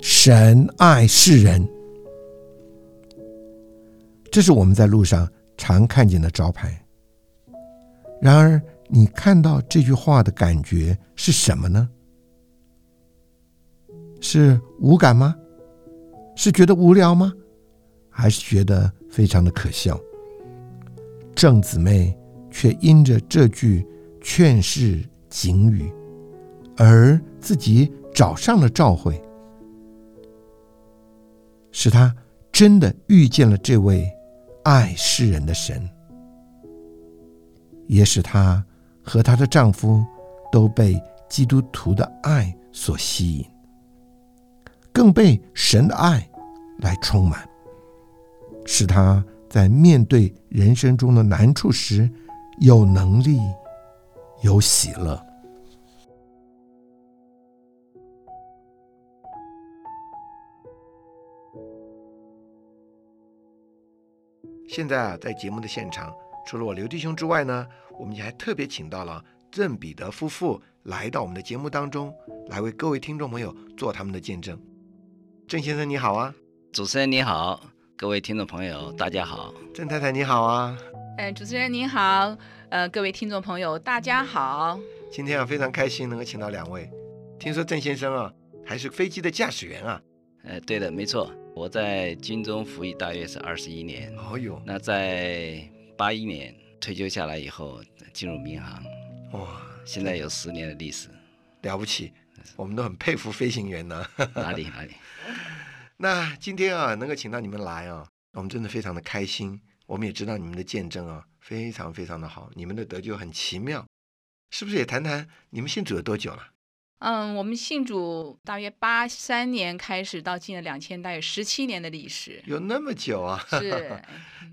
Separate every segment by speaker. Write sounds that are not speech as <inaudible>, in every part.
Speaker 1: 神爱世人，这是我们在路上常看见的招牌。然而，你看到这句话的感觉是什么呢？是无感吗？是觉得无聊吗？还是觉得非常的可笑？郑姊妹却因着这句劝世警语，而自己找上了赵慧，使她真的遇见了这位爱世人的神，也使她和她的丈夫都被基督徒的爱所吸引，更被神的爱来充满，使她。在面对人生中的难处时，有能力，有喜乐。现在啊，在节目的现场，除了我刘弟兄之外呢，我们也还特别请到了郑彼得夫妇来到我们的节目当中，来为各位听众朋友做他们的见证。郑先生你好啊，
Speaker 2: 主持人你好。各位听众朋友，大家好。
Speaker 1: 郑太太你好啊，
Speaker 3: 呃，主持人您好，呃，各位听众朋友大家好。
Speaker 1: 今天啊非常开心能够请到两位，听说郑先生啊还是飞机的驾驶员啊。
Speaker 2: 呃，对的，没错，我在军中服役大约是二十一年。
Speaker 1: 哦哟，
Speaker 2: 那在八一年退休下来以后，进入民航，
Speaker 1: 哇、
Speaker 2: 现在有十年的历
Speaker 4: <laughs>
Speaker 2: 史。
Speaker 1: 了不起，我们都很佩服飞行员啊呢、
Speaker 2: 哪里哪里？
Speaker 1: 那今天啊，能够请到你们来啊，我们真的非常的开心。我们也知道你们的见证啊，非常非常的好，你们的得救很奇妙，是不是？也谈谈你们信主有多久了？。
Speaker 3: 嗯，我们信主大约八三年开始到近了两千，大约十七年的历史
Speaker 1: 有那么久啊？
Speaker 3: 是，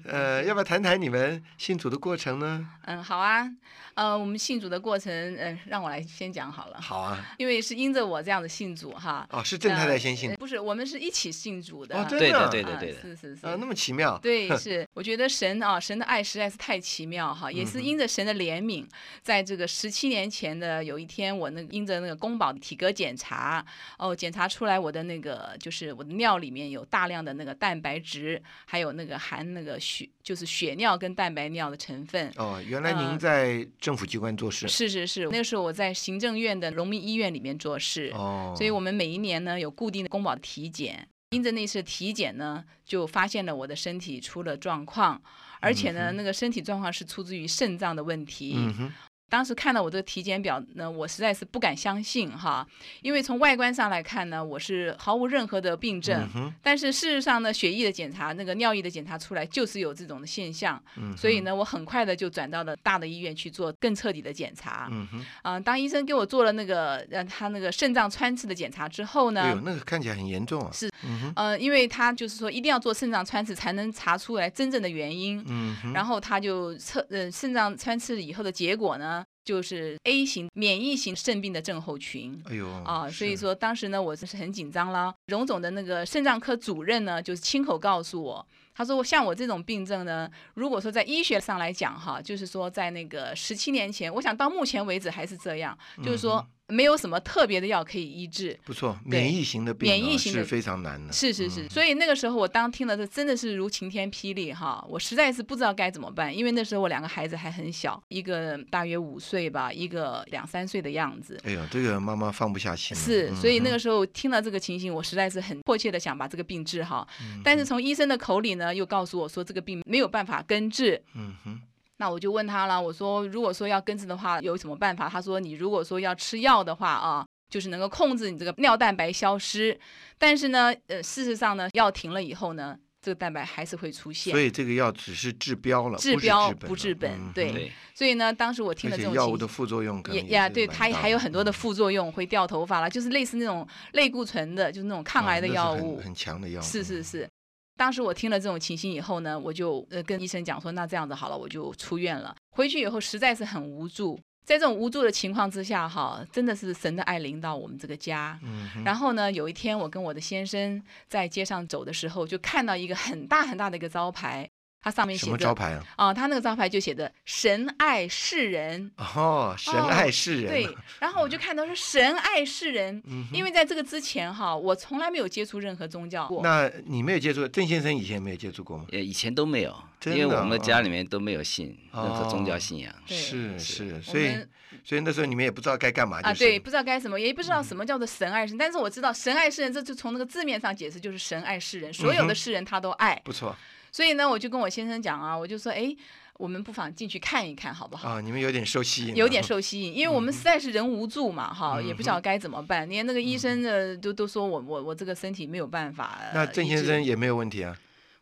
Speaker 1: 呃，要不要谈谈你们信主的过程呢？
Speaker 3: 嗯，好啊，呃，我们信主的过程，嗯、让我来先讲好了，
Speaker 1: 好啊，
Speaker 3: 因为是因着我这样的信主哈，
Speaker 1: 哦，是郑太太先信
Speaker 3: 呃不是，我们是一起信主的，
Speaker 1: 哦真
Speaker 2: 对
Speaker 1: 的啊
Speaker 2: 的对的
Speaker 3: 啊
Speaker 2: 对的。
Speaker 3: 是是是，
Speaker 1: 啊，那么奇妙， <laughs>
Speaker 3: 对，是，我觉得神啊，神的爱实在是太奇妙哈，也
Speaker 1: 嗯
Speaker 3: 是因着神的怜悯，在这个十七年前的有一天，我那个因着那个宫保体格检查，哦，检查出来我的那个就是我的尿里面有大量的那个蛋白质，还有那个含那个血就是血尿跟蛋白尿的成分。
Speaker 1: 哦，原来您
Speaker 3: 呃
Speaker 1: 在政府机关做事，
Speaker 3: 是是是，那个时候我在行政院的荣民医院里面做事，
Speaker 1: 哦，
Speaker 3: 所以我们每一年呢有固定的宫保体检。因着那次体检呢，就发现了我的身体出了状况，而且呢，那个身体状况是出自于肾脏的问题。
Speaker 1: 嗯哼，
Speaker 3: 当时看到我这个体检表呢，我实在是不敢相信哈，因为从外观上来看呢，我是毫无任何的病症。
Speaker 1: 嗯哼，
Speaker 3: 但是事实上呢，血液的检查、那个尿液的检查出来就是有这种的现象，
Speaker 1: 嗯哼
Speaker 3: 所以，呢，我很快的就转到了大的医院去做更彻底的检查。
Speaker 1: 嗯哼，
Speaker 3: 啊、当医生给我做了那个让他那个肾脏穿刺的检查之后
Speaker 1: 哎呦，
Speaker 3: 呢，
Speaker 1: 那个看起来很严重啊，
Speaker 3: 是
Speaker 1: 嗯哼，
Speaker 3: 呃，因为他就是说一定要做肾脏穿刺才能查出来真正的原因，
Speaker 1: 嗯哼，
Speaker 3: 然后他就测呃肾脏穿刺以后的结果呢，就是 A 型免疫型肾病的症候群。
Speaker 1: 哎呦，
Speaker 3: 啊，所以
Speaker 1: 是，
Speaker 3: 说当时呢，我是很紧张啦。荣总的那个肾脏科主任呢，就是亲口告诉我，他说我像我这种病症呢，如果说在医学上来讲哈，就是说在那个十七年前，我想到目前为止还是这样，
Speaker 1: 嗯
Speaker 3: 就是说没有什么特别的药可以医治。
Speaker 1: 不错，
Speaker 3: 对
Speaker 1: 免疫型的病、啊、
Speaker 3: 免疫型的
Speaker 1: 是非常难的。嗯
Speaker 3: 是是是，所以那个时候我当听了，这真的是如晴天霹雳哈！我实在是不知道该怎么办，因为那时候我两个孩子还很小，一个大约五岁吧，一个两三岁的样子。
Speaker 1: 哎呦，这个妈妈放不下心了。
Speaker 3: 是，
Speaker 1: 嗯
Speaker 3: 所以那
Speaker 1: 哼
Speaker 3: 个时候听到这个情形，我实在是很迫切的想把这个病治好。
Speaker 1: 嗯
Speaker 3: 但是从医生的口里呢，又告诉我说这个病没有办法根治。
Speaker 1: 嗯哼，
Speaker 3: 那我就问他了，我说如果说要根治的话，有什么办法？他说你如果说要吃药的话啊，就是能够控制你这个尿蛋白消失。但是呢，呃，事实上呢，药停了以后呢，这个蛋白还是会出现。
Speaker 1: 所以这个药只是治标了，
Speaker 3: 治标
Speaker 1: 不
Speaker 3: 不
Speaker 1: 是
Speaker 3: 治
Speaker 1: 本
Speaker 3: 本
Speaker 1: 了。嗯哼
Speaker 3: 对
Speaker 2: 对，
Speaker 3: 所以呢，当时我听
Speaker 1: 而
Speaker 3: 了这
Speaker 1: 且
Speaker 3: 种
Speaker 1: 药
Speaker 3: 情
Speaker 1: 物
Speaker 3: 形
Speaker 1: 的。副作用可能
Speaker 3: 也呀，
Speaker 1: 是
Speaker 3: 对，
Speaker 1: 蛮
Speaker 3: 它
Speaker 1: 大
Speaker 3: 还有很多的
Speaker 1: 嗯
Speaker 3: 副作用，会掉头发啦，就是类似那种类固醇的，就是那种抗
Speaker 1: 啊
Speaker 3: 癌的
Speaker 1: 那是
Speaker 3: 药
Speaker 1: 很
Speaker 3: 物。
Speaker 1: 很强的药物。
Speaker 3: 是是
Speaker 1: 嗯，
Speaker 3: 是。当时我听了这种情形以后呢，我就呃跟医生讲说，那这样子好了，我就出院了。回去以后实在是很无助，在这种无助的情况之下，哈，真的是神的爱临到我们这个家。
Speaker 1: 嗯哼，
Speaker 3: 然后呢，有一天我跟我的先生在街上走的时候，就看到一个很大很大的一个招牌，它上面
Speaker 4: 什
Speaker 3: 写
Speaker 4: 么
Speaker 3: 着
Speaker 4: 招牌啊？
Speaker 3: 啊，它那个招牌就写的“神爱世人”。
Speaker 4: 哦，神
Speaker 3: 哦
Speaker 4: 爱世人。
Speaker 3: 对，
Speaker 1: 啊
Speaker 3: 然后我就看到是神爱世人，
Speaker 4: 嗯
Speaker 3: 因为在这个之前哈，我从来没有接触任何宗教过。
Speaker 4: 那你没有接触，郑先生以前没有接触过吗？
Speaker 2: 呃，以前都没有，因
Speaker 4: 真
Speaker 2: 为
Speaker 4: 的
Speaker 2: 我们
Speaker 4: 啊
Speaker 2: 家里面都没有信任何宗
Speaker 4: 哦
Speaker 2: 教信仰。
Speaker 3: 对
Speaker 4: 是是，
Speaker 3: 我
Speaker 4: 所以
Speaker 3: 们
Speaker 4: 所以那时候你们也不知道该干嘛，就
Speaker 3: 啊，
Speaker 4: 是嗯
Speaker 3: 对，不知道该什么，也不知道什么叫做神爱世人，但是我知道神爱世人，这就从那个字面上解释，就是神爱世人，
Speaker 4: 嗯
Speaker 3: 所有的世人他都爱。
Speaker 4: 不错
Speaker 3: 所以呢，我就跟我先生讲啊，我就说，哎，我们不妨进去看一看，好不好？
Speaker 4: 啊，你们有点受吸引，
Speaker 1: <laughs>
Speaker 3: 有点。受吸引，因为我们实在是人无助嘛，哈、
Speaker 4: 嗯
Speaker 3: 也不晓得该怎么办，连那个医生呢都都说我我我这个身体没有办法。
Speaker 4: 那郑
Speaker 3: 医
Speaker 4: 先
Speaker 3: 治
Speaker 4: 生也没有问题啊，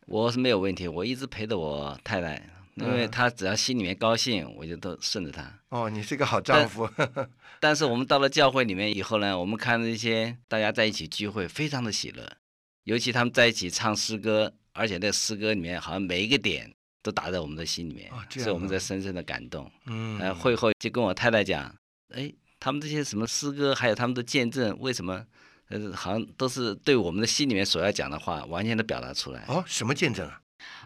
Speaker 2: 我是没有问题，我一直陪着我太太，因为
Speaker 4: 嗯
Speaker 2: 她只要心里面高兴，我就都顺着她。
Speaker 4: 哦，你是个
Speaker 3: 呃
Speaker 4: 好丈
Speaker 3: <laughs>
Speaker 4: 夫，
Speaker 2: 但是我们到了教会里面以后呢，我们看那些大家在一起聚会，非常的喜乐，尤其他们在一起唱诗歌，而且那诗歌里面好像每一个点都打在我们的心里面，
Speaker 4: 哦这样啊
Speaker 2: 所以我们在深深的感动。
Speaker 4: 嗯，
Speaker 2: 呃，会后就跟我太太讲，哎，他们这些什么诗歌，还有他们的见证，为什么，呃，好像都是对我们的心里面所要讲的话，完全的表达出来。
Speaker 4: 哦，什么见证啊？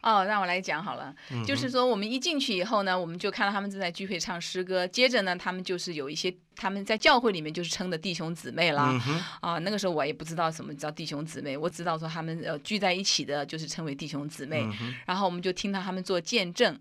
Speaker 3: 哦，让我来讲好了。
Speaker 4: 嗯
Speaker 3: 就是说，我们一进去以后呢，我们就看到他们正在聚会唱诗歌，接着呢，他们就是有一些他们在教会里面就是称的弟兄姊妹啦。
Speaker 4: 嗯哼，
Speaker 3: 啊，那个时候我也不知道什么叫弟兄姊妹，我只知道说他们呃聚在一起的，就是称为弟兄姊妹。
Speaker 4: 嗯哼
Speaker 3: 然后我们就听到他们做见证，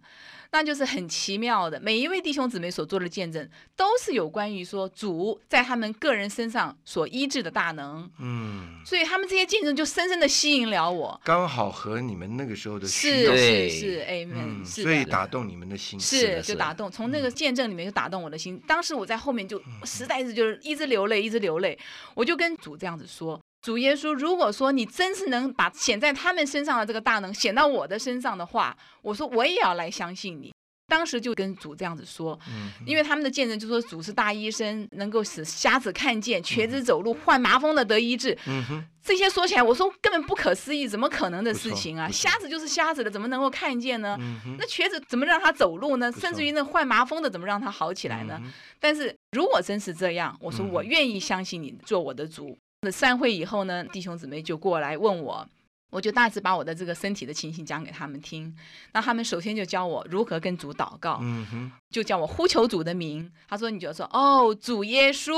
Speaker 3: 那就是很奇妙的。每一位弟兄姊妹所做的见证，都是有关于说主在他们个人身上所医治的大能，
Speaker 4: 嗯，
Speaker 3: 所以他们这些见证就深深的吸引了我。
Speaker 4: 刚好和你们那个时候的需
Speaker 3: 是
Speaker 4: 要，
Speaker 2: 对
Speaker 3: 是是，amen，
Speaker 4: 嗯，
Speaker 3: 是
Speaker 4: 所以
Speaker 3: 的
Speaker 4: 打动你们嗯的嗯心，
Speaker 2: 是
Speaker 3: 是
Speaker 2: 的
Speaker 3: 就是打
Speaker 2: 的
Speaker 3: 动，从那个见证里面就打动我的心。当时我在后面就
Speaker 4: 嗯
Speaker 3: 实在是就是一直流泪，一直流泪，我就跟主这样子说。主耶稣，如果说你真是能把显在他们身上的这个大能显到我的身上的话，我说我也要来相信你。当时就跟主这样子说，
Speaker 4: 嗯
Speaker 3: 因为他们的见证就说主是大医生，能够使瞎子看见、瘸子走路、患麻风的得医治。
Speaker 4: 嗯哼，
Speaker 3: 这些说起来，我说根本不可思议，怎么可能的
Speaker 4: 不错
Speaker 3: 事情啊！
Speaker 4: 不错
Speaker 3: 瞎子就是瞎子了，怎么能够看见呢？
Speaker 4: 嗯哼，
Speaker 3: 那瘸子怎么让他走路呢？
Speaker 4: 错
Speaker 3: 甚至于那患麻风的怎么让他好起来呢？
Speaker 4: 嗯哼
Speaker 3: 但是如果真是这样，我说
Speaker 4: 嗯
Speaker 3: 我愿意相信你做我的主。那散会以后呢，弟兄姊妹就过来问我，我就大致把我的这个身体的情形讲给他们听。那他们首先就教我如何跟主祷告，
Speaker 4: 嗯哼，
Speaker 3: 就叫我呼求主的名。他说你就说哦，主耶稣，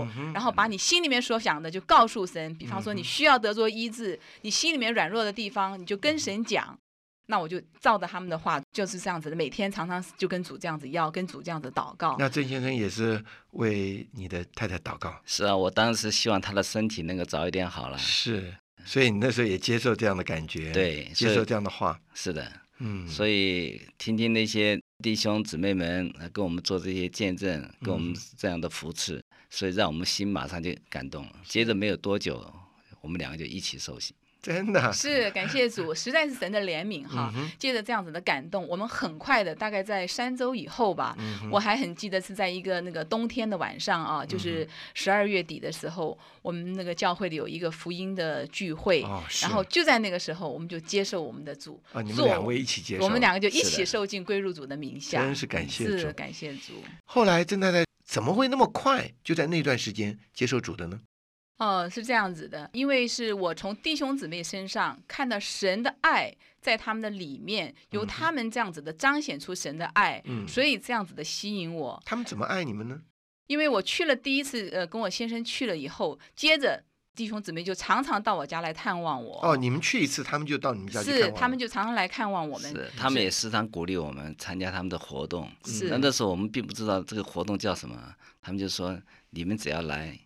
Speaker 4: 嗯哼嗯
Speaker 3: 然后把你心里面所想的就告诉神。比方说你需要得着医治，你心里面软弱的地方，你就跟神讲。那我就照着他们的话，就是这样子的，每天常常就跟主这样子要，跟主这样子祷告。
Speaker 4: 那郑先生也是为你的太太祷告，
Speaker 2: 是啊，我当时希望她的身体能够早一点好了。
Speaker 4: 是，所以你那时候也接受这样的感觉，，
Speaker 2: 对，
Speaker 4: 接
Speaker 2: 所
Speaker 4: 受
Speaker 2: 以
Speaker 4: 这样的话，
Speaker 2: 是的，
Speaker 4: 嗯，
Speaker 2: 所以听听那些弟兄姊妹们呃跟我们做这些见证，跟我们这样的扶持，所以让我们心马上就感动了。接着没有多久，我们两个就一起受洗。
Speaker 4: 真的啊
Speaker 3: 是感谢主，实在是神的怜悯哈。
Speaker 4: 嗯
Speaker 3: 借着这样子的感动，我们很快的，大概在三周以后
Speaker 4: 嗯
Speaker 3: 吧，我还很记得是在一个那个冬天的晚上啊，
Speaker 4: 嗯
Speaker 3: 就是十二月底的时候，我们那个教会里有一个福音的聚会，
Speaker 4: 哦是
Speaker 3: 然后就在那个时候，我们就接受我们的主，
Speaker 4: 啊，你们
Speaker 3: 做
Speaker 4: 两位一起接受，
Speaker 3: 我们两个就一
Speaker 2: 是
Speaker 3: 起
Speaker 2: 的
Speaker 3: 受尽归入主的名下，嗯
Speaker 4: 真是感谢主
Speaker 3: 是。感谢主。
Speaker 4: 后来郑太太怎么会那么快就在那段时间接受主的呢？
Speaker 3: 哦，是这样子的，因为是我从弟兄姊妹身上看到神的爱在他们的里面，由他们这样子的彰显出神的爱，
Speaker 4: 嗯
Speaker 3: 所以这样子的吸引我。
Speaker 4: 他们怎么爱你们呢？
Speaker 3: 因为我去了第一次，呃，跟我先生去了以后，接着弟兄姊妹就常常到我家来探望我。
Speaker 4: 哦，你们去一次，他们就到你们家去看
Speaker 3: 是
Speaker 4: 望，了
Speaker 3: 他们就常常来看望我们。
Speaker 2: 是，他们也时常鼓励我们参加他们的活动。
Speaker 3: 是
Speaker 2: 那那时候我们并不知道这个活动叫什么，他们就说你们只要来，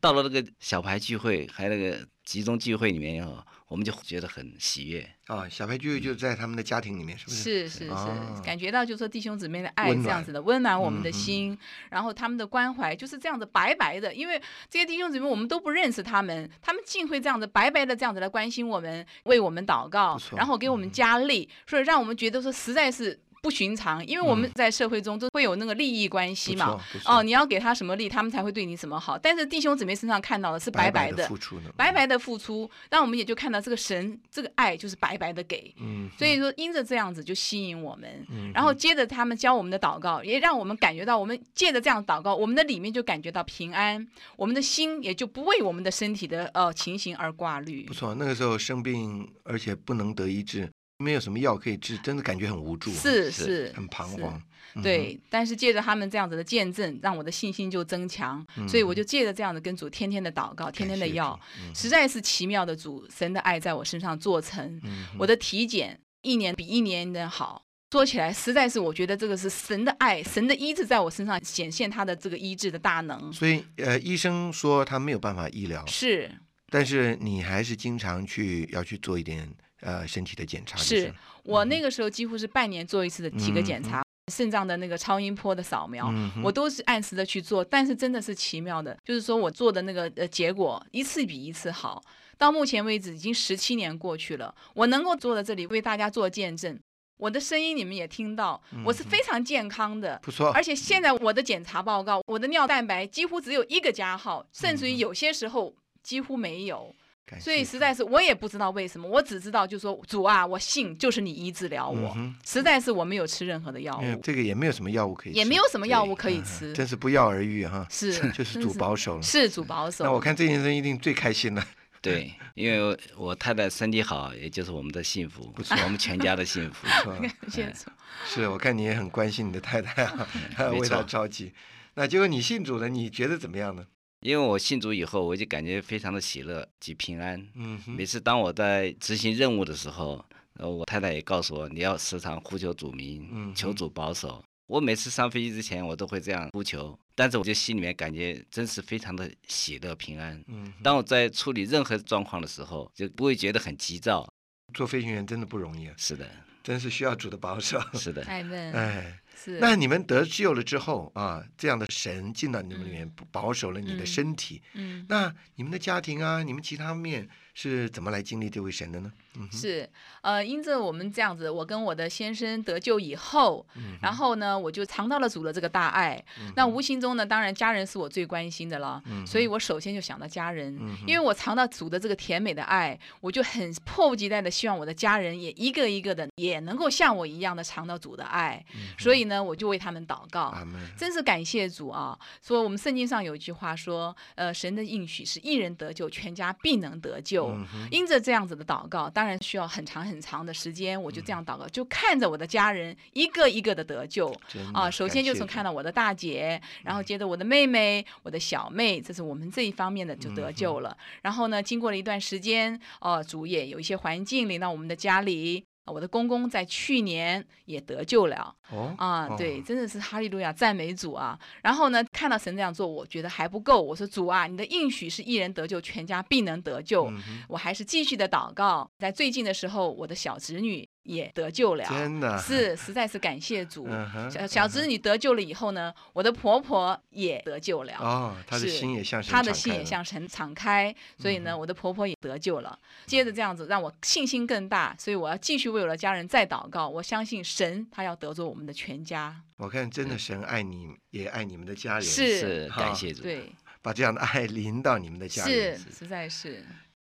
Speaker 2: 到了那个小牌聚会，还有那个集中聚会里面以后，我们就觉得很喜悦。
Speaker 4: 啊，小白就就在他们的家庭里面，是不是？
Speaker 3: 是是是
Speaker 4: 啊，
Speaker 3: 感觉到就是说弟兄姊妹的爱
Speaker 4: 温
Speaker 3: 这样
Speaker 4: 暖
Speaker 3: 子的温暖我们的
Speaker 4: 嗯嗯
Speaker 3: 心，然后他们的关怀就是这样子白白的，因为这些弟兄姊妹我们都不认识他们，他们竟会这样子白白的这样子来关心我们，为我们祷告
Speaker 4: 不，错嗯
Speaker 3: 然后给我们加力，所以让我们觉得说实在是。不寻常，因为我们在社会中都会有那个利益关系嘛
Speaker 4: 嗯不错不。错
Speaker 3: 哦，你要给他什么利，他们才会对你什么好。但是弟兄姊妹身上看到的是白
Speaker 4: 白
Speaker 3: 白
Speaker 4: 的
Speaker 3: 的
Speaker 4: 付，出呢，
Speaker 3: 白白的付出，让我们也就看到这个神，这个爱就是白白的给。
Speaker 4: 嗯，
Speaker 3: 所以说，因着这样子就吸引我们，然后接着他们教我们的祷告，也让我们感觉到，我们借着这样的祷告，我们的里面就感觉到平安，我们的心也就不为我们的身体的呃情形而挂虑
Speaker 4: 嗯不。错。那个时候生病，而且不能得医治，没有什么药可以治，真的感觉很无助啊，
Speaker 3: 是
Speaker 2: 是
Speaker 3: 是，
Speaker 4: 很彷
Speaker 3: 是
Speaker 4: 徨。嗯
Speaker 3: 对，但是借着他们这样子的见证，让我的信心就增强，
Speaker 4: 嗯
Speaker 3: 所以我就借着这样的跟主天天的祷告，天天的要，
Speaker 4: 嗯
Speaker 3: 实在是奇妙的主神的爱在我身上做成，
Speaker 4: 嗯
Speaker 3: 我的体检一年比一年的好。说起来，实在是我觉得这个是神的爱，神的医治在我身上显现他的这个医治的大能。
Speaker 4: 所以呃，医生说他没有办法医疗，
Speaker 3: 是，
Speaker 4: 但是你还是经常去要去做一点呃身体的检查，就是了
Speaker 3: 我那个时候几乎是半年做一次的体格检查，肾脏的那个超音波的扫描，
Speaker 4: 嗯
Speaker 3: 我都是按时的去做。但是真的是奇妙的，就是说我做的那个呃结果一次比一次好。到目前为止已经十七年过去了，我能够坐在这里为大家做见证。我的声音你们也听到，
Speaker 4: 嗯
Speaker 3: 我是非常健康的，
Speaker 4: 不错
Speaker 3: 而。且现在我的检查报告，我的尿蛋白几乎只有一个加号，甚
Speaker 4: 嗯
Speaker 3: 至于有些时候几乎没有。
Speaker 4: 感
Speaker 3: 所以
Speaker 4: 谢
Speaker 3: 实
Speaker 4: 主
Speaker 3: 在是我也不知道为什么，我只知道就说主啊，我信就是你医治了我，
Speaker 4: 嗯哼
Speaker 3: 实在是我没有吃任何的药
Speaker 4: 因为
Speaker 3: 物，
Speaker 4: 这个也没有什么药物可以吃，
Speaker 3: 也没有什么药物
Speaker 4: 对
Speaker 3: 可以
Speaker 4: 嗯
Speaker 3: 吃，
Speaker 4: 真是不药而愈哈，
Speaker 3: <laughs> 是
Speaker 4: 就是
Speaker 3: 真
Speaker 4: 主
Speaker 3: 是
Speaker 4: 保守了。
Speaker 3: 是主保
Speaker 4: 嗯那我
Speaker 3: 守，
Speaker 4: 看这先生一定最开心了， <laughs>
Speaker 2: 对，因为我太太身体好，也就是我们的幸福，不是我们全家的幸福。
Speaker 4: 嗯
Speaker 3: <laughs> 谢谢主
Speaker 4: 是我看你也很关心你的太太
Speaker 3: <laughs>
Speaker 4: 啊，
Speaker 2: 没
Speaker 4: 为她
Speaker 2: 错
Speaker 4: 着急。那结果你信主了，你觉得怎么样呢？
Speaker 2: <laughs> 因为我信主以后，我就感觉非常的喜乐及平安。
Speaker 4: 嗯
Speaker 2: 每次当我在执行任务的时候，呃，我太太也告诉我，你要时常呼求主
Speaker 4: 嗯
Speaker 2: 名
Speaker 4: 哼，
Speaker 2: 求主保守。我每次上飞机之前，我都会这样呼求，但是我就心里面感觉真是非常的喜乐平安。
Speaker 4: 嗯，
Speaker 2: 当我在处理任何状况的时候，就不会觉得很急躁。
Speaker 4: 做飞行员真的不容易啊，
Speaker 2: 是的，
Speaker 4: 真是需要主的保守。
Speaker 2: 是的，
Speaker 3: 爱问
Speaker 4: 哎，
Speaker 3: 是嗯
Speaker 4: 那你们得救了之后啊，这样的神进到你们里面，保守了你的
Speaker 3: 嗯
Speaker 4: 身体。
Speaker 3: 嗯。
Speaker 4: 那你们的家庭啊，你们其他面是怎么来经历这位神的呢？嗯
Speaker 3: 是，呃，因着我们这样子，我跟我的先生得救以后，
Speaker 4: 嗯
Speaker 3: 然后呢，我就尝到了主的这个大爱。那无形中呢，当然家人是我最关心的了，
Speaker 4: 嗯
Speaker 3: 所以我首先就想到家人，因为我尝到主的这个甜美的爱，我就很迫不及待的希望我的家人也一个一个的也能够像我一样的尝到主的爱，
Speaker 4: 嗯
Speaker 3: 所以呢，我就为他们祷告。
Speaker 4: 阿门。
Speaker 3: 真是感谢主啊！说我们圣经上有一句话说，呃，神的应许是一人得救，全家必能得救。
Speaker 4: 嗯
Speaker 3: 因着这样子的祷告，当然需要很长很长的时间，我就这样祷告，就看着我的家人一个一个的得救。
Speaker 4: 真的
Speaker 3: 啊，首先就从看
Speaker 4: 到
Speaker 3: 到我的大姐，然后接着我的妹妹、我的小妹，这是我们这一方面的就得救了。然后呢，经过了一段时间，哦，主也有一些环境临到我们的家里。啊我的公公在去年也得救了，
Speaker 4: 哦
Speaker 3: 啊，
Speaker 4: 哦
Speaker 3: 对，真的是哈利路亚，赞美主啊！然后呢，看到神这样做，我觉得还不够。我说主啊，你的应许是一人得救，全家必能得救。
Speaker 4: 嗯
Speaker 3: 我还是继续的祷告。在最近的时候，我的小侄女也得救了，
Speaker 4: 真的
Speaker 3: 是实在是感谢主。
Speaker 4: 嗯哼
Speaker 3: 啊小小侄女得救了以后呢，我的婆婆也得救了。
Speaker 4: 哦，他的
Speaker 3: 是
Speaker 4: 心也向神
Speaker 3: 她的
Speaker 4: 敞
Speaker 3: 心
Speaker 4: 开
Speaker 3: 也
Speaker 4: 了嗯
Speaker 3: 向神敞开，所以呢，我的婆婆也得救了。接着这样子，让我信心更大，所以我要继续为我的家人再祷告。我相信神，他要得着我们的全家。
Speaker 4: 我看真的神爱你，也爱你们的家人，
Speaker 3: 是
Speaker 2: 是
Speaker 4: 好
Speaker 2: 感谢主。
Speaker 3: 对，
Speaker 4: 把这样的爱临到你们的家
Speaker 3: 是
Speaker 4: 人。
Speaker 3: 实在是。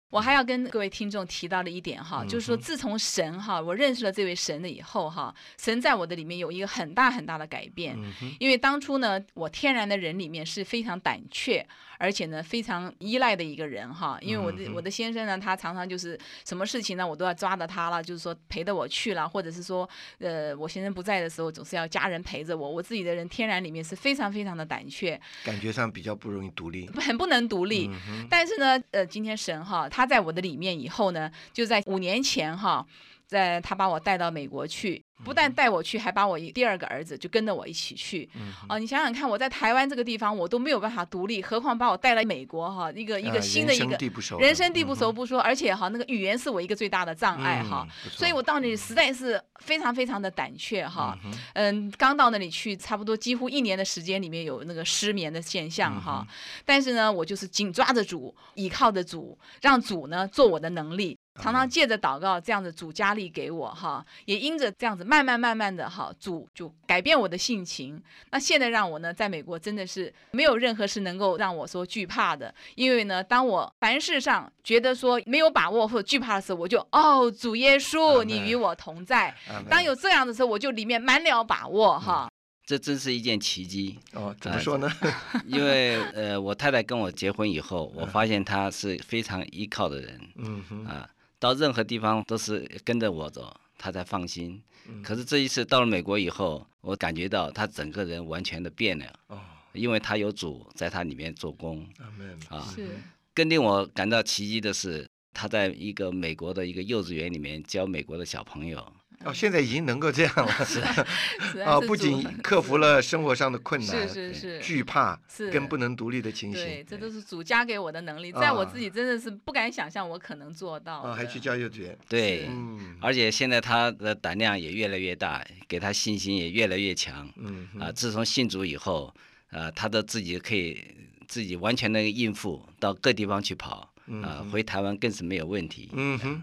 Speaker 3: 我还要跟各位听众提到的一点
Speaker 4: 嗯
Speaker 3: 哈，就是说，自从神哈，我认识了这位神了以后哈，神在我的里面有一个很大很大的改变。
Speaker 4: 嗯
Speaker 3: 因为当初呢，我天然的人里面是非常胆怯，而且呢非常依赖的一个人哈。因为我的、我的先生呢，他常常就是什么事情呢，我都要抓着他了，就是说陪着我去了，或者是说，呃，我先生不在的时候，总是要家人陪着我。我自己的人天然里面是非常非常的胆怯，
Speaker 4: 感觉上比较不容易独立。
Speaker 3: 很不能独
Speaker 4: 嗯
Speaker 3: 立。但是呢，呃，今天神哈，他在我的里面以后呢，就在五年前哈，在他把我带到美国去，
Speaker 4: 嗯
Speaker 3: 不但带我去，还把我一第二个儿子就跟着我一起去。
Speaker 4: 嗯
Speaker 3: 哦、你想想看，我在台湾这个地方我都没有办法独立，何况把我带来美国哈，一个一
Speaker 4: 啊
Speaker 3: 个新的一
Speaker 4: 人
Speaker 3: 个
Speaker 4: 生地不熟，
Speaker 3: 人生地不熟不说，而且哈，那个语言是我一个最大的障碍哈。
Speaker 4: 嗯，不错
Speaker 3: 所以我到那里实在是非常非常的胆怯哈，嗯，刚到那里去，差不多几乎一年的时间里面有那个失眠的现象哈，但是呢，我就是紧抓着主，倚靠着主，让主呢做我的能力。常常借着祷告这样子，主加力给我哈，也因着这样子，慢慢慢慢的哈，主就改变我的性情。那现在让我呢，在美国真的是没有任何是能够让我说惧怕的，因为呢，当我凡事上觉得说没有把握或者惧怕的时候，我就哦，主耶稣，
Speaker 4: Amen
Speaker 3: 你与我同在。
Speaker 4: 啊没
Speaker 3: 当有这样的时候，我就里面满了把
Speaker 4: 嗯
Speaker 3: 握哈。
Speaker 2: 这真是一件奇迹， <laughs>
Speaker 4: 哦，怎么说呢？
Speaker 2: 啊因为呃，我太太跟我结婚以后，我发现她是非常依靠的人
Speaker 4: 嗯
Speaker 2: 啊
Speaker 4: 嗯哼，
Speaker 2: 啊，到任何地方都是跟着我走，他才放心。
Speaker 4: 嗯
Speaker 2: 可是这一次到了美国以后，我感觉到他整个人完全的变了，
Speaker 4: 哦，
Speaker 2: 因为他有主在他里面做工。
Speaker 4: 阿门
Speaker 2: 啊
Speaker 3: 是嗯
Speaker 2: 更令我感到奇异的是，他在一个美国的一个幼稚园里面教美国的小朋友。
Speaker 4: 哦，现在已经能够这样了
Speaker 3: 实在
Speaker 4: 啊，
Speaker 3: 是
Speaker 4: 不
Speaker 3: 主
Speaker 2: <laughs>
Speaker 3: <laughs>
Speaker 4: 仅克服了生活上的困难，
Speaker 3: 是是是。
Speaker 4: 惧怕
Speaker 3: 是
Speaker 4: 跟不能独立的情
Speaker 3: 对
Speaker 4: 形，，
Speaker 3: 这都是主加给我的能力，在我
Speaker 4: 啊
Speaker 3: 自己真的是不敢想象我可能做到的。
Speaker 4: 啊，还去教幼稚园，
Speaker 2: 对，
Speaker 4: 嗯
Speaker 2: 而且现在他的胆量也越来越大，给他信心也越来越强。
Speaker 4: 嗯
Speaker 2: 啊，自从信主以后，啊，他的自己可以自己完全的应付，到各地方去跑，
Speaker 3: 嗯
Speaker 2: 啊，回台湾更是没有问
Speaker 3: <laughs>
Speaker 2: 题。
Speaker 4: 嗯哼，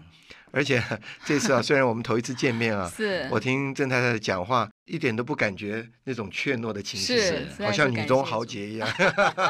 Speaker 4: 而且 <laughs> 这次啊，虽然我们头一次见面啊，
Speaker 3: 是
Speaker 4: 我听郑太太的讲话，一点都不感觉那种怯懦的情绪，
Speaker 3: 是
Speaker 2: 是
Speaker 3: 实在
Speaker 4: 好
Speaker 3: 是
Speaker 4: 像
Speaker 3: 感
Speaker 4: 女
Speaker 3: 谢
Speaker 4: 中
Speaker 3: 主
Speaker 4: 豪
Speaker 3: <laughs>
Speaker 4: 杰一样，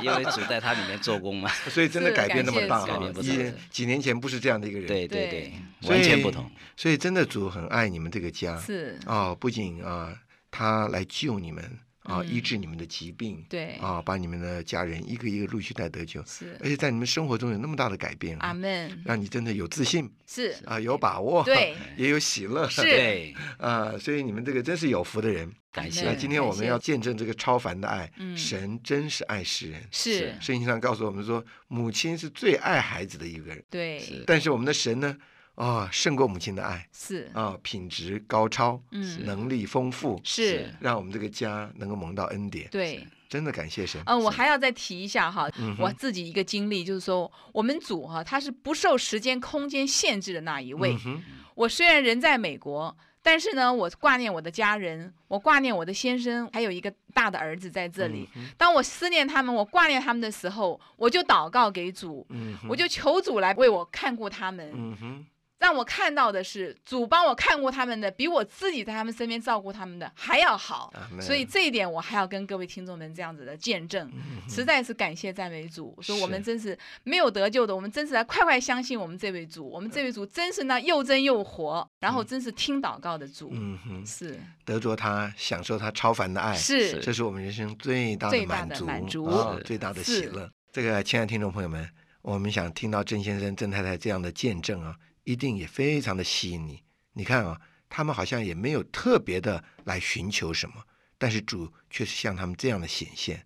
Speaker 2: 因为主在他里面做工嘛，
Speaker 4: 所以真的
Speaker 3: 是
Speaker 4: 改变那
Speaker 3: 感
Speaker 4: 么
Speaker 3: 谢
Speaker 4: 大
Speaker 3: 主
Speaker 2: 改
Speaker 4: 啊
Speaker 2: 变！不少
Speaker 4: 一几年前不是这样的一个人，
Speaker 2: 对对
Speaker 3: 对
Speaker 2: 对，完全不同。
Speaker 4: 所以真的主很爱你们这个家，
Speaker 3: 是，
Speaker 4: 哦，不仅啊，他来救你们啊，医
Speaker 3: 嗯
Speaker 4: 治你们的疾病
Speaker 3: 对，
Speaker 4: 啊，把你们的家人一个一个陆续带得救，
Speaker 3: 是
Speaker 4: 而且在你们生活中有那么大的改变啊
Speaker 3: 阿门，
Speaker 4: 让你真的有自信
Speaker 3: 是
Speaker 4: 啊，有把握， <laughs>
Speaker 3: 对，
Speaker 4: 也有喜乐，
Speaker 3: 是
Speaker 2: 对，
Speaker 4: 啊，所以你们这个真是有福的人。
Speaker 2: 感
Speaker 3: 对
Speaker 4: 那
Speaker 2: 谢
Speaker 3: 感
Speaker 4: 今天我们
Speaker 3: 谢
Speaker 4: 要见证这个超凡的爱，
Speaker 3: 嗯
Speaker 4: 神真是爱世人。
Speaker 3: 是，
Speaker 4: 圣经上告诉我们说，母亲是最爱孩子的一个人，
Speaker 3: 对，
Speaker 4: 但是我们的神呢，啊、胜过母亲的爱
Speaker 3: 是，
Speaker 4: 啊、品质高超，
Speaker 3: 嗯，
Speaker 4: 能力丰富，
Speaker 3: 是
Speaker 2: 是，
Speaker 4: 让我们这个家能够蒙到恩典。
Speaker 3: 对。
Speaker 4: 真的感谢神。
Speaker 3: 嗯，我还要再提一下哈，
Speaker 4: 嗯哼
Speaker 3: 我自己一个经历，就是说我们组哈、他是不受时间空间限制的那一位。
Speaker 4: 嗯哼，
Speaker 3: 我虽然人在美国，但是呢，我挂念我的家人，我挂念我的先生，还有一个大的儿子在这里。
Speaker 4: 嗯
Speaker 3: 当我思念他们，我挂念他们的时候，我就祷告给主，
Speaker 4: 嗯哼，
Speaker 3: 我就求主来为我看顾他们。
Speaker 4: 嗯哼，
Speaker 3: 让我看到的是，主帮我看顾他们的，比我自己在他们身边照顾他们的还要好。
Speaker 4: 阿门
Speaker 3: 所以这一点，我还要跟各位听众们这样子的见
Speaker 4: 嗯
Speaker 3: 证，实在是感谢赞美主。所以我们真是没有得救的，我们真是来快快相信我们这位主，我们这位主真是那又真又活，然后真是听祷告的主，
Speaker 4: 嗯哼，
Speaker 3: 是
Speaker 4: 得着他，享受他超凡的爱，
Speaker 3: 是
Speaker 4: 这是我们人生最大
Speaker 3: 最大
Speaker 4: 满
Speaker 3: 的
Speaker 4: 足，
Speaker 3: 满足
Speaker 4: 啊
Speaker 2: 是
Speaker 4: 最大的喜
Speaker 3: 是
Speaker 4: 乐。这个，亲爱的听众朋友们，我们想听到郑先生、郑太太这样的见证啊，一定也非常的吸引你。你看啊，他们好像也没有特别的来寻求什么，但是主却是向他们这样的显现。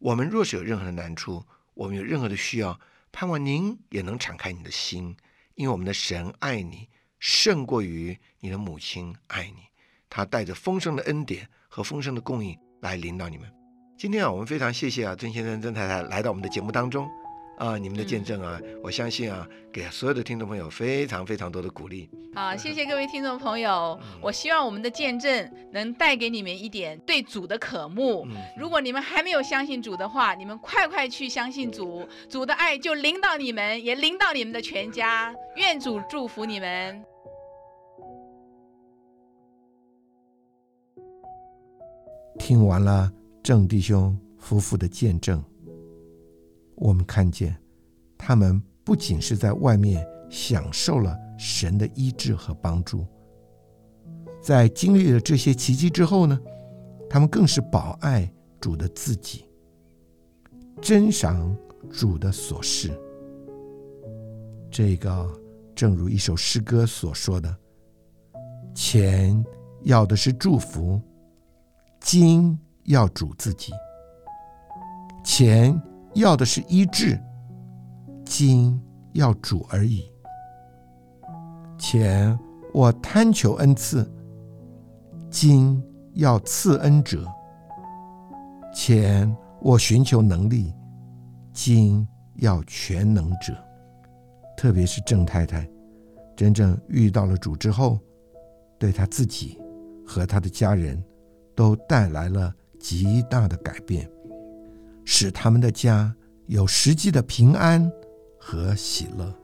Speaker 4: 我们若是有任何的难处，我们有任何的需要，盼望您也能敞开你的心，因为我们的神爱你，胜过于你的母亲爱你。他带着丰盛的恩典和丰盛的供应来领导你们。今天啊，我们非常谢谢啊，曾先生、曾太太来到我们的节目当中啊，你们的见证啊，我相信啊，给所有的听众朋友非常非常多的鼓励。
Speaker 3: 啊！谢谢各位听众朋友，
Speaker 4: 嗯
Speaker 3: 我希望我们的见证能带给你们一点对主的渴慕。
Speaker 4: 嗯，
Speaker 3: 如果你们还没有相信主的话，你们快快去相信主，主的爱就领导你们，也领导你们的全家。愿主祝福你们。
Speaker 1: 听完了郑弟兄夫妇的见证，我们看见他们不仅是在外面享受了神的医治和帮助，在经历了这些奇迹之后呢，他们更是保爱主的自己，珍赏主的所事。这个正如一首诗歌所说的：“钱要的是祝福。”金要主自己，钱要的是医治，金要主而已。钱我贪求恩赐，金要赐恩者。钱我寻求能力，金要全能者。特别是郑太太，真正遇到了主之后，对她自己和她的家人都带来了极大的改变，使他们的家有实际的平安和喜乐。